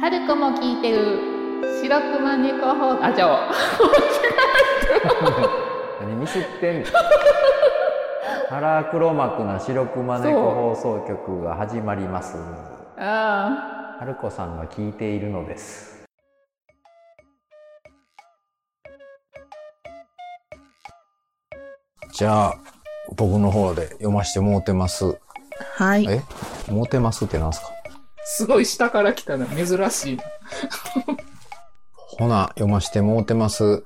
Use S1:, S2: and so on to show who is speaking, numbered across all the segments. S1: 春子も聞いてる白熊猫放あじゃあ
S2: 何ミスっ てんの腹黒幕な白熊猫放送局が始まります
S1: あ
S2: 春子さんが聞いているのですじゃあ僕の方で読ましてもうてます
S3: はい。
S2: えもうてますってなんすか
S1: すごい下から来たな珍しい
S2: ほな読ましてもうてます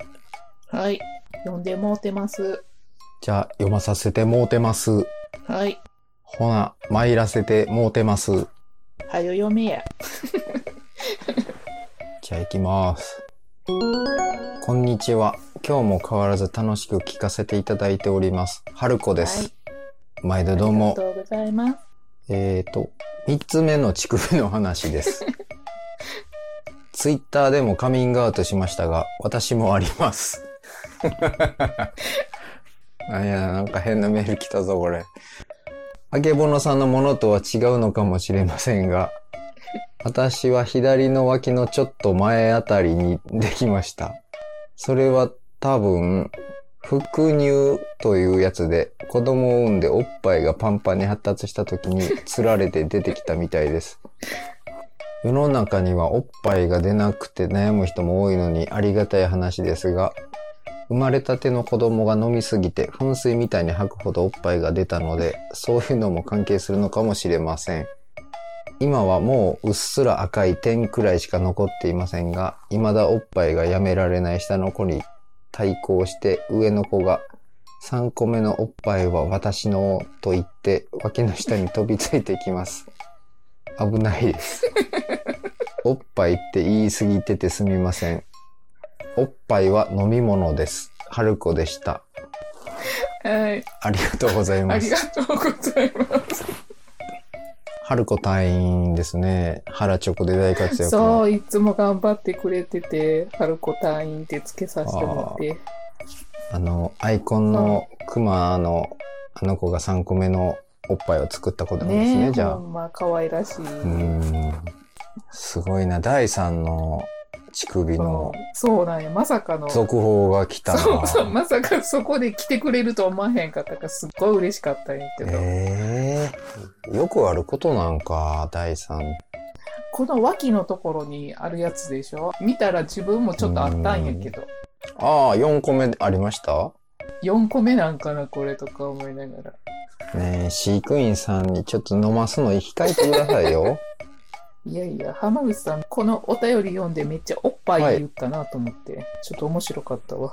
S3: はい。
S1: 読んでもうてます
S2: じゃあ読まさせてもうてます
S3: はい。
S2: ほな参らせてもうてます
S1: はよ読めや
S2: じゃあ行きます。こんにちは。今日も変わらず楽しく聞かせていただいております。春子です。毎度どう
S1: あ
S2: も
S1: り。がとうございます
S2: えー、と、三つ目の乳首の話です。ツイッターでもカミングアウトしましたが、私もあります。なんや、なんか変なメール来たぞ、これ。あけぼのさんのものとは違うのかもしれませんが、私は左の脇のちょっと前あたりにできました。それは多分、腹乳というやつで子供を産んでおっぱいがパンパンに発達した時につられて出てきたみたいです。 世の中にはおっぱいが出なくて悩む人も多いのにありがたい話ですが、生まれたての子供が飲みすぎて噴水みたいに吐くほどおっぱいが出たので、そういうのも関係するのかもしれません。今はもううっすら赤い点くらいしか残っていませんが、未だおっぱいがやめられない下の子に対抗して上の子が3個目のおっぱいは私のと言って脇の下に飛びついてきます。危ないです。 おっぱいって言い過ぎててすみません。おっぱいは飲み物です。春子でした。
S1: はい
S2: ありがとうござい
S1: あ
S2: ま
S1: り
S2: す
S1: が。とうございます
S2: 春子隊員ですね。腹直で大活躍。
S1: そういつも頑張ってくれてて春子隊員ってつけさせてもらって
S2: あの、アイコンの熊のあの子が3個目のおっぱいを作った子なんですね、
S1: ねえ
S2: じゃあ
S1: ほ。んま可愛らしい、
S2: うーんすごいな。第三の乳首の
S1: そうそうなんやまさかの
S2: 続報が来た
S1: そ
S2: な
S1: う。そうまさかそこで来てくれると思わへんかったからすっごい嬉しかったんやけど、
S2: ええよくあることなんか、第三。
S1: この脇のところにあるやつでしょ見たら自分もちょっとあったんやけど
S2: ああ、4個目ありました
S1: 4個目なんかなこれとか思いながら
S2: ねえ、飼育員さんにちょっと飲ますの控えてくださ いよ。
S1: いやいや浜口さんこのお便り読んでめっちゃおっぱい言ったなと思って、ちょっと面白かったわ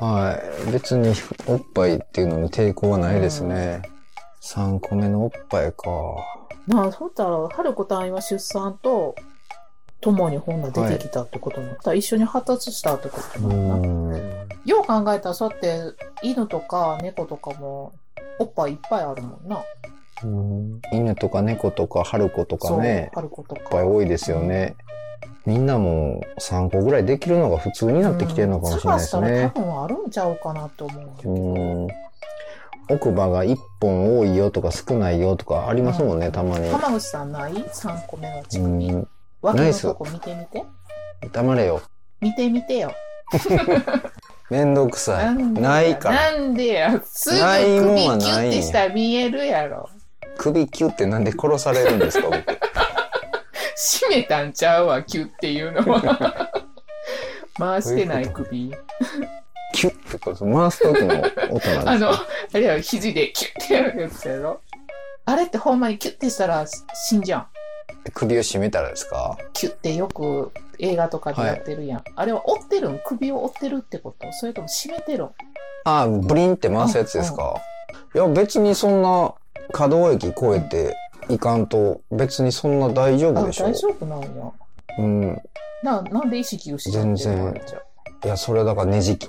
S2: はい。別におっぱいっていうのに抵抗はないですね。3個目のおっぱいか。
S3: なあ、そうたら、春子隊員は出産と、共に本が出てきたってことになった、一緒に発達したってこと
S2: う
S3: なのかな、
S2: ーん。
S3: よう考えたら、そうやって、犬とか猫とかも、おっぱいいっぱいあるもんな。
S2: うん犬とか猫とか春子とかね。
S3: そう、春子とか。
S2: いっぱい多いですよね。みんなも3個ぐらいできるのが普通になってきてるのかもしれないです
S3: うん探
S2: ね
S3: し。たら多分あるんちゃうかなと思うんだけ
S2: う
S3: ど。
S2: ん奥歯が1本多いよとか少ないよとかありますもんね、たまに。
S3: 浜口さんない ?3 個目の乳
S2: う
S3: 首。
S2: ん、
S3: 脇
S2: ナ
S3: の
S2: イス
S3: とこ見てみて。
S2: 黙れよ。
S3: 見てみてよ。
S2: めんどくさい。
S1: でや
S2: ないから。
S1: なんでやすぐ首キ
S2: ないもんは
S1: ュ
S2: ない
S1: ッ
S2: んや
S1: てしたら見えるやろ
S2: 首キュってなんで殺されるんですか、僕。
S1: 閉めたんちゃうわキュッていうのは 回してない首
S2: キュってこう回す時の音な
S1: あ
S2: んで
S1: の
S2: す
S1: あれやろ肘でキュッてやるやつやろ
S3: あれってほんまにキュッてしたら死んじゃん。
S2: か首を絞めたらですか
S3: キュッてよく映画とかでやってるやん。あれは折ってるん首を折ってるってことそれとも締めてるん
S2: ああ、ブリンって回すやつですか、いや、別にそんな可動域超えていかんと、別にそんな大丈
S3: あ
S2: 夫
S3: 大
S2: でしょ。
S3: 丈夫なんや。
S2: うん。
S3: な、なんで意識失ってるの
S2: 全然
S3: あれじゃ
S2: いや、それはだからねじき、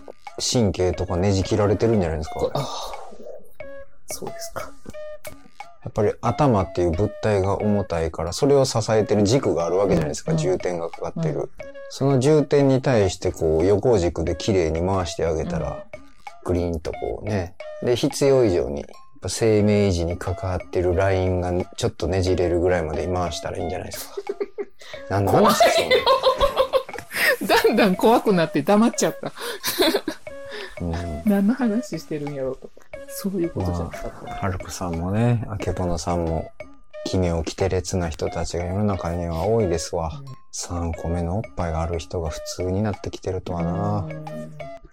S2: 神経とかねじ切られてるんじゃないですか。や
S3: あそうですか。
S2: っぱり頭っていう物体が重たいから、それを支えてる軸があるわけじゃないですか。
S3: うん
S2: 重点がかかってる。
S3: う
S2: その重点に対してこう横軸で綺麗に回してあげたら、グリーンとこうね。で、必要以上にぱ生命維持に関わってるラインがちょっとねじれるぐらいまで回したらいいんじゃな いですか。何の話ですか
S1: だんだん怖くなって黙っちゃった。
S2: うん、
S1: 何の話してるんやろうと。そういうことじゃなかった。
S2: はるこさんもね、あけぼのさんも、奇妙奇てれつな人たちが世の中には多いですわ
S1: うん。
S2: 3個目のおっぱいがある人が普通になってきてるとはな。
S1: うん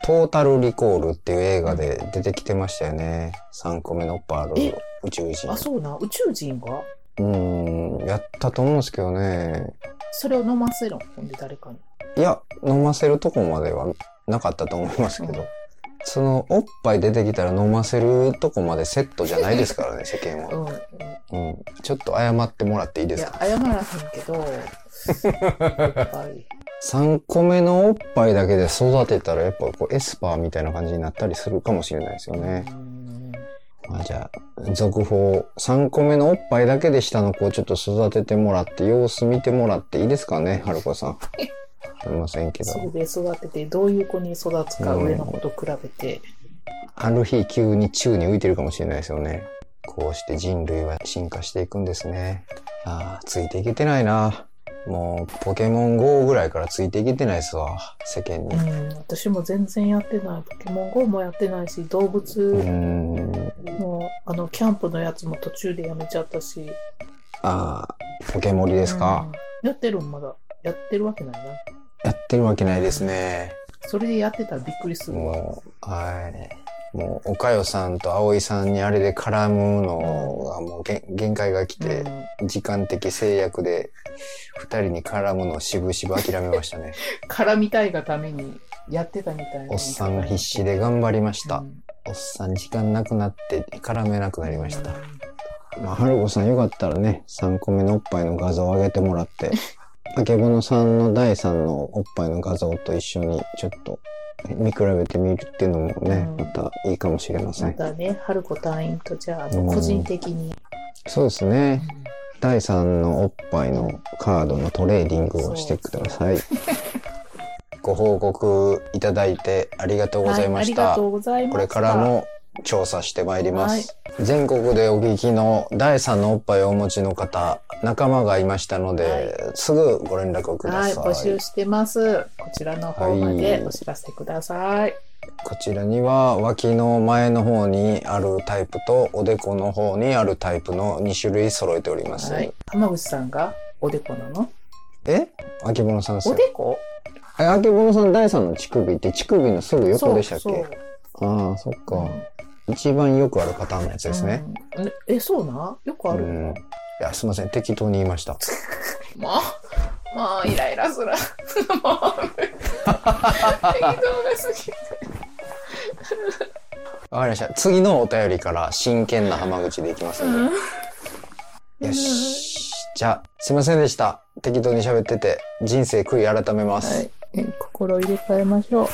S2: トータルリコールっていう映画で出てきてましたよね。3個目のおっぱいある
S1: え
S2: 宇宙人
S1: あ、。そうな。宇宙人が
S2: うん、やったと思うんですけどね。
S1: それを飲ませるんほんで誰かに。
S2: いや、飲ませるとこまではなかったと思いますけ
S1: う
S2: ど
S1: ん。
S2: その、おっぱい出てきたら飲ませるとこまでセットじゃないで すからね、世間
S1: う
S2: は。
S1: ん。うん
S2: うん。ちょっと謝ってもらっていいで
S1: い
S2: す
S1: や
S2: か、
S1: 謝らへんけ ど、やっぱり。
S2: 3個目のおっぱいだけで育てたらやっぱこうエスパーみたいな感じになったりするかもしれないですよね。
S1: うん
S2: まあじゃあ、続報、3個目のおっぱいだけで下の子をちょっと育ててもらって、様子見てもらっていいですかね、はるこさ ん。すいませんけ
S1: それ
S2: ど。
S1: で育てて、どういう子に育つか、
S2: うん
S1: 上の子と比べて。
S2: ある日急に宙に浮いてるかもしれないですよね。こうして人類は進化していくんですね。ああ、ついていけてないな。もう、ポケモン GO ぐらいからついていけてないですわ、世間
S1: う
S2: に。
S1: ん、私も全然やってない。ポケモン GO もやってないし、動
S2: う
S1: 物
S2: ーん。
S1: の、あの、キャンプのやつも途中でやめちゃったし。
S2: ああ、ポケモリですか、
S1: うんやってるんまだ。やってるわけないな。
S2: やってるわけないですね。
S1: それでやってたらびっくりするわ。
S2: もう、はい。もう、おかよさんと葵さんにあれで絡むのがもう限限界が来て、
S1: うん
S2: 時間的制約で、二人に絡むのをしぶしぶ諦めましたね。
S1: 絡みたいがためにやってたみたいな。
S2: おっさんが必死で頑張りました
S1: う。ん
S2: おっさん時間なくなって絡めなくなりました。まあ、はるこさんよかったらね、3個目のおっぱいの画像を上げてもら って、あけぼのさんの第3のおっぱいの画像と一緒にちょっと見比べてみるっていうのもね、
S1: うん
S2: またいいかもしれませ
S1: ま
S2: ん。
S1: たね、春子隊員とじゃあ、あの
S2: うん
S1: 個人的に、
S2: そうですね。第3のおっぱいのカードのトレーディングをしてくだ さい。ご報告いただいてありがとうございまし
S1: はあり
S2: た。
S1: がとうございました。
S2: これからも調査してまいります。全国でお聞きの第3のおっぱいをお持ちの方、仲間がいましたので、
S1: は
S2: すぐご連絡をくだ
S1: は
S2: さ
S1: い、
S2: い。
S1: 募集してます。こちらの方ま
S2: は
S1: で
S2: い
S1: お知らせください。
S2: こちらには脇の前の方にあるタイプとおでこの方にあるタイプの2種類揃えております。
S1: はい、浜口さんがおでこなの
S2: えあけぼのさんです
S1: お
S2: よ。
S1: でこ
S2: えあけぼのさん第3の乳首って乳首のすぐ横でしたっ
S1: そう
S2: けああ、そっ
S1: そう
S2: か。一番よくあるパターンのやつですね。
S1: うんねえ、そうなよくある
S2: う
S1: よ
S2: ん
S1: な。
S2: いや、すいません。適当に言いました。
S1: もう、もうイライラする。もう、適当がすぎる。
S2: わかりました。次のお便りから真剣な浜口でいきますので。よし。じゃあ、すいませんでした。適当に喋ってて、人生悔い改めます。
S1: はい、心入れ替えましょう。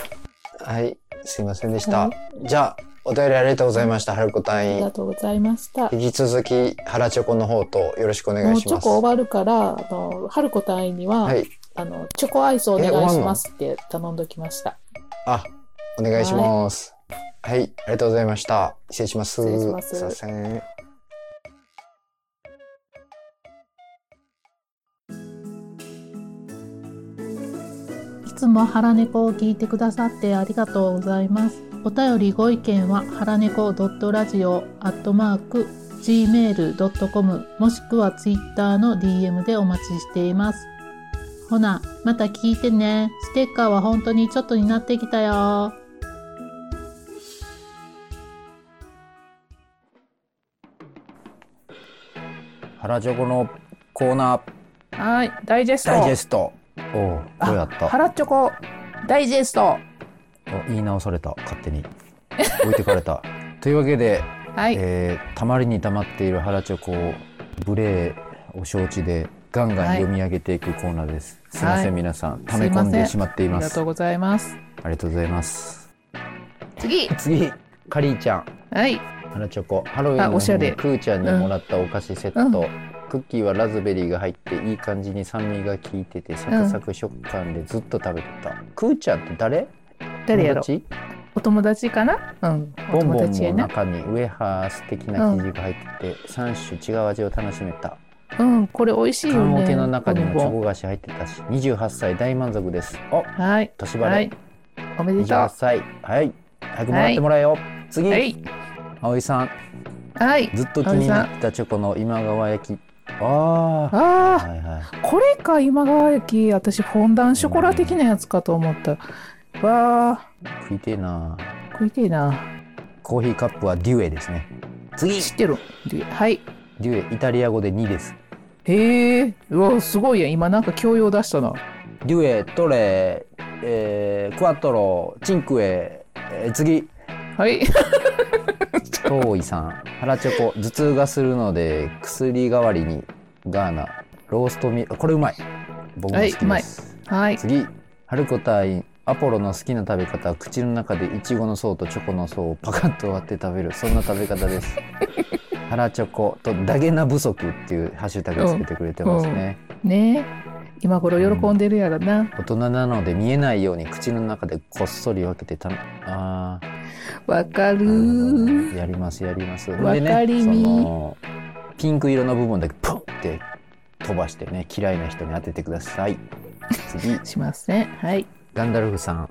S2: はい。すいませんでした。
S1: は
S2: じゃあ、お便りありがとうございました。春子
S1: あ
S2: 隊
S1: り
S2: 員
S1: が。とうございました。
S2: 引き続き、原チョコの方とよろしくお願
S1: も
S2: いうし
S1: チョ
S2: ます。
S1: コ終わるから、あの、春子隊員には、
S2: はい。
S1: あの、チョコアイスお願いしますって頼んどきました。
S2: あ、お願いします。はい、ありがとうございました。失礼します。
S1: 失礼します
S2: いません。
S3: いつも腹猫を聞いてくださってありがとうございます。お便りご意見は腹猫ドットラジオアットマーク gmail.com もしくはツイッターの DM でお待ちしています。ほな、また聞いてね。ステッカーは本当にちょっとになってきたよ。
S2: 原チョコのコーナー、
S1: はい、ダイジェスト。
S2: スト。おお、
S1: あ
S2: どうやった
S1: 腹チョコ、ダイジェスト。
S2: あ言い直された勝手に置いてか れたというわけで、
S1: はい、
S2: えーたまりにたまっている原チョコを無礼を承知でガンガン読み上げていくコーナーです、すいませ
S1: は
S2: ん、
S1: い
S2: 皆さん溜め込んでしまってい
S1: あ
S2: ま
S1: りが
S2: す
S1: とうございます。
S2: ありがとうございます
S1: 次、
S2: 次カリーちゃん
S1: はい、
S2: 原チョコハロウィン
S1: あ
S2: の
S1: おし
S2: 日
S1: ゃ
S2: に
S1: れ
S2: クーちゃんにもらったお菓子セット、クッキーはラズベリーが入っていい感じに酸味が効いててサクサク食感でずっと食べてた、クーちゃんって誰
S1: 誰やろ
S2: 友達
S1: お友達かなうん。お
S2: ボン
S1: 友
S2: ボン
S1: 達
S2: の
S1: やな。
S2: 中にウエハース的な生地が入ってて、三種違う味を楽しめた
S1: うん、これ美味しいよ
S2: 缶
S1: ね。
S2: 桶の中にもチ
S1: ボン
S2: ョ
S1: ボン
S2: コ菓子入ってたし28歳大満足ですお
S1: はい。
S2: 年バレ、
S1: はい。おめでとう。
S2: 28
S1: は
S2: 歳はい早くもらってもらえよ、次、
S1: い。
S2: 葵さん
S1: はい。
S2: ずっと気になってたチョコの今川焼きあー
S1: ああ、
S2: はいはい
S1: これか、今川焼き。私、フォンダンショコラ的なやつかと思った。わ
S2: 食いてえな
S1: あ、食いてえな。
S2: コーヒーカップはデュエですね次
S1: 知ってる。ではい。
S2: デュエイタリア語で2です
S1: へえ、うわ、すごいやん。今なんか教養出したな。
S2: デュエトレ、えー、クワトロチンクエ、えー次
S1: はい。
S2: 遠いさん腹チョコ頭痛がするので薬代わりにガーナローストミルこれうまい僕も好
S1: はい
S2: き
S1: うま
S2: で
S1: い
S2: す、
S1: はい。
S2: 次ハルコ隊員アポロの好きな食べ方は口の中でイチゴの層とチョコの層をパカッと割って食べるそんな食べ方です 腹チョコとダゲナ不足っていうハッシュタグつけてくれてますね、
S1: ねえ今頃喜んでるやろな。
S2: 大人なので見えないように口の中でこっそり分けてたあー
S1: わかるー。
S2: やりますやります。
S1: わかりみ
S2: でねそのピンク色の部分だけポンって飛ばしてね嫌いな人に当ててください。次
S1: しません。はい。
S2: ガンダルフさん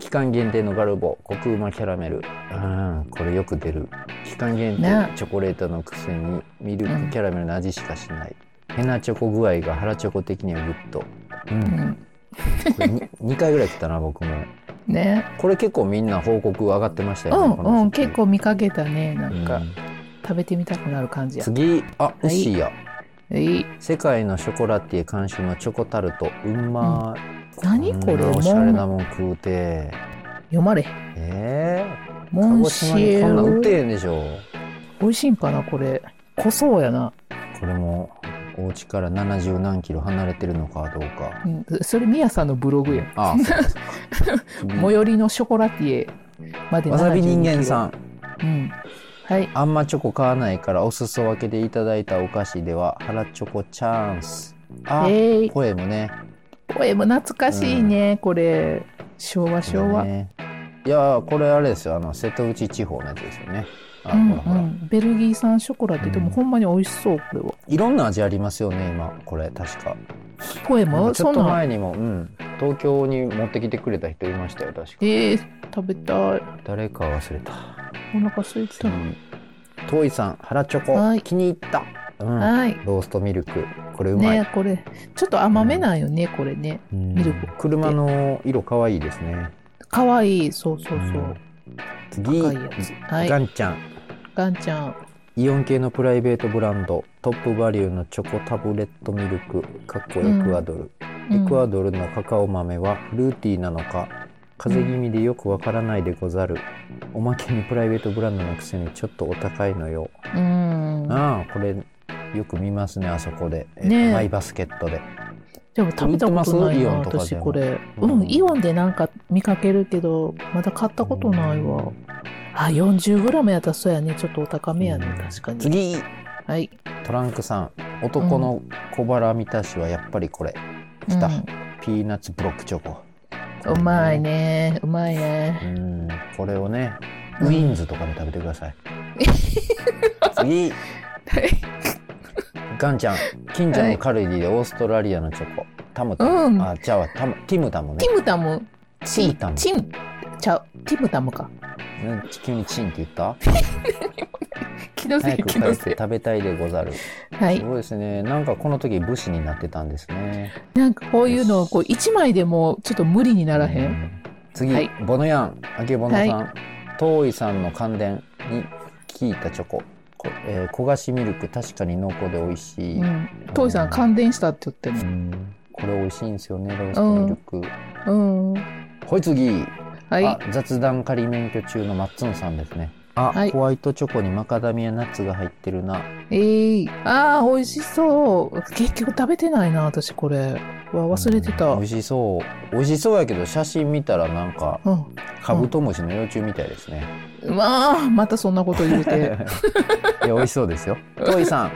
S2: 期間限定のガルボコクうまキャラメルうんこれよく出る期間限
S1: ね
S2: 定チョコレートのくせにミルクキャラメルの味しかしない、ヘナチョコ具合が腹チョコ的にはグッと、
S1: う
S2: う、
S1: んん。
S2: これ 2, 回ぐらい来たな僕も
S1: ね
S2: これ結構みんな報告上がってました
S1: う
S2: よ
S1: ん
S2: ねこの
S1: うん。
S2: 時期
S1: 結構見かけたね。なんか、
S2: うん
S1: 食べてみたくなる感じや。
S2: 次あ、
S1: い
S2: ウシア
S1: え
S2: 世界のショコラティエ監修のチョコタルトうんまー
S1: 何
S2: んな
S1: これ
S2: おしゃれな
S1: も
S2: もん食うて
S1: 読まれ。
S2: ええ
S1: モン
S2: 鹿児
S1: シ
S2: 島に
S1: エ
S2: こんなん売って
S1: ル。
S2: へんでしょ
S1: 美味しいんかな、これ。濃そうやな。
S2: これもお家から70何キロ離れてるのかどうか
S1: うん。それ、ミヤさんのブログや。
S2: あそうかそうか 次
S1: 最寄りのショコラティエまで
S2: わさび人間さ
S1: ん。う
S2: ん
S1: ん。はい。
S2: あんまチョコ買わないからお裾分けでいただいたお菓子では腹チョコチャンスあ、
S1: えー、
S2: 声もね
S1: 声も懐かしいね、これ。昭和昭和。
S2: ねいやーこれあれですよあの瀬戸内地方のやつですよねあ
S1: うん
S2: ほらほ
S1: う
S2: ら
S1: ん、ベルギー産ショコラって、で
S2: う
S1: も
S2: ん
S1: ほんまに美味しそうこれはい
S2: ろんな味ありますよね今これ確か
S1: 声も
S2: ちょ
S1: そ
S2: っ
S1: ん
S2: と
S1: なん
S2: 前にも、うん、東京に持ってきてくれた人いましたよ確か
S1: えー、食べたい
S2: 誰か忘れた
S1: お腹空いた、
S2: 遠いさん腹チョコ、
S1: はい
S2: 気に入った、うん
S1: はい
S2: ローストミルクこれうまい、
S1: ねこれちょっと甘めなんよね、これね
S2: うん
S1: ミルク
S2: 車の色可愛いですね
S1: かわいいそうそうそう、
S2: うん次
S1: 高いやつはい
S2: ガンちゃん
S1: ガンちゃん
S2: イオン系のプライベートブランドトップバリューのチョコタブレットミルクかっこエクアドル、
S1: う
S2: エ
S1: ん
S2: クアドルのカカオ豆はフルーティーなのか風邪気味でよくわからないでござる、おまけにプライベートブランドのくせにちょっとお高いのよ、
S1: うん
S2: ああこれよく見ますねあそこで、えっと
S1: ねえ
S2: マイバスケットで
S1: でも食べたことないな
S2: 売ってます
S1: 私
S2: イオンとかでも
S1: これう、
S2: うんん
S1: イオンでなんか見かけるけどまだ買ったことないわあ 40g やったらそうやねちょっとお高めやね
S2: うん
S1: 確かに
S2: 次
S1: はい
S2: トランクさん男の小腹満たしはやっぱりこれ、来た
S1: うん
S2: ピーナッツブロックチョコ
S1: うまいね。うまいね。
S2: うんこれをね
S1: うん
S2: ウィンズとかで食べてください次ガンちゃん近所のカルディでオーストラリアのチョコタムタム、
S1: うん
S2: あじゃあタムティムタムね
S1: ティムタム。
S2: チンタム
S1: チン。ちゃう。ティムタムか。
S2: うん急にチンって 言った
S1: 気のせ
S2: 早
S1: い、
S2: く
S1: 気
S2: 帰っ
S1: の
S2: て
S1: せい。
S2: 食べたいでござる
S1: は
S2: す
S1: い。
S2: ごいですねなんかこの時武士になってたんですね
S1: なんかこういうのをこう一枚でもちょっと無理にならへ。
S2: うんん次、
S1: はい
S2: ボノヤンあけぼのさん、
S1: は
S2: 遠いさんの関連に効いたチョコこえー焦がしミルク確かに濃厚で美味しい、
S1: うん。トイさん感電したって言っ
S2: う
S1: て
S2: んこれ美味しいんですよねローストミルク、
S1: るもん。うん。
S2: ほい次、
S1: はい。
S2: あ雑談仮免許中のマッツンさんですねあ、
S1: はい
S2: ホワイトチョコにマカダミアナッツが入ってるな
S1: えー。ああ、美味しそう。結局食べてないな、私これ。うわ、忘れてた。
S2: うん
S1: う
S2: 美味しそう美味しそうやけど写真見たらなんか
S1: ん。
S2: カブトムシの幼虫みたいですね、
S1: まあ、またそんなこと言う て。
S2: いや美味しそうですよトイさん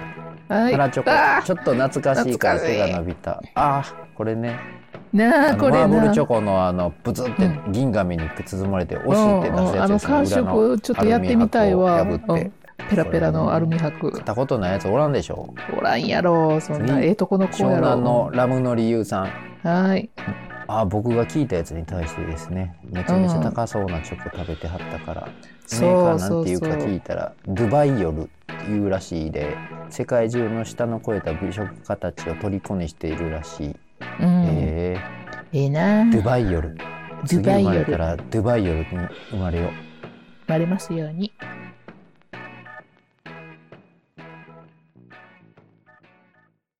S1: はい。
S2: 腹チ
S1: あ
S2: ョコちょっと懐かしいから手が伸びたあーこれねあ
S1: なあ
S2: の
S1: これ
S2: マーブル
S1: な
S2: チョコのあのブツって銀紙に包まれて押しって出す
S1: うんうん
S2: や
S1: あの
S2: つですよ
S1: 感触ちょっとやってみたいわ
S2: アルミ箔を破って
S1: ペラペラのアルミ箔
S2: 買ったことないやつおらんでしょ
S1: おらんやろそんな
S2: 次
S1: ええとこの子
S2: 湘
S1: や
S2: 南
S1: ろ
S2: のラムの理由さん
S1: はい
S2: あ僕が聞いたやつに対してですねめちゃめちゃ高そうなチョコ食べてはったから、メーカ
S1: そう
S2: ーな
S1: そ
S2: ん
S1: う
S2: ていう
S1: そ
S2: か聞
S1: う
S2: いたらドゥバイヨル言うらしいで世界中の舌の超えた美食家たちを虜にしているらしい、
S1: うん
S2: え
S1: ええな
S2: ー、ドゥバイヨル
S1: ドゥ
S2: 次
S1: バ
S2: 生
S1: イヨ
S2: ま
S1: ル
S2: れたらドゥバイヨルに生まれよう
S1: 生まれますように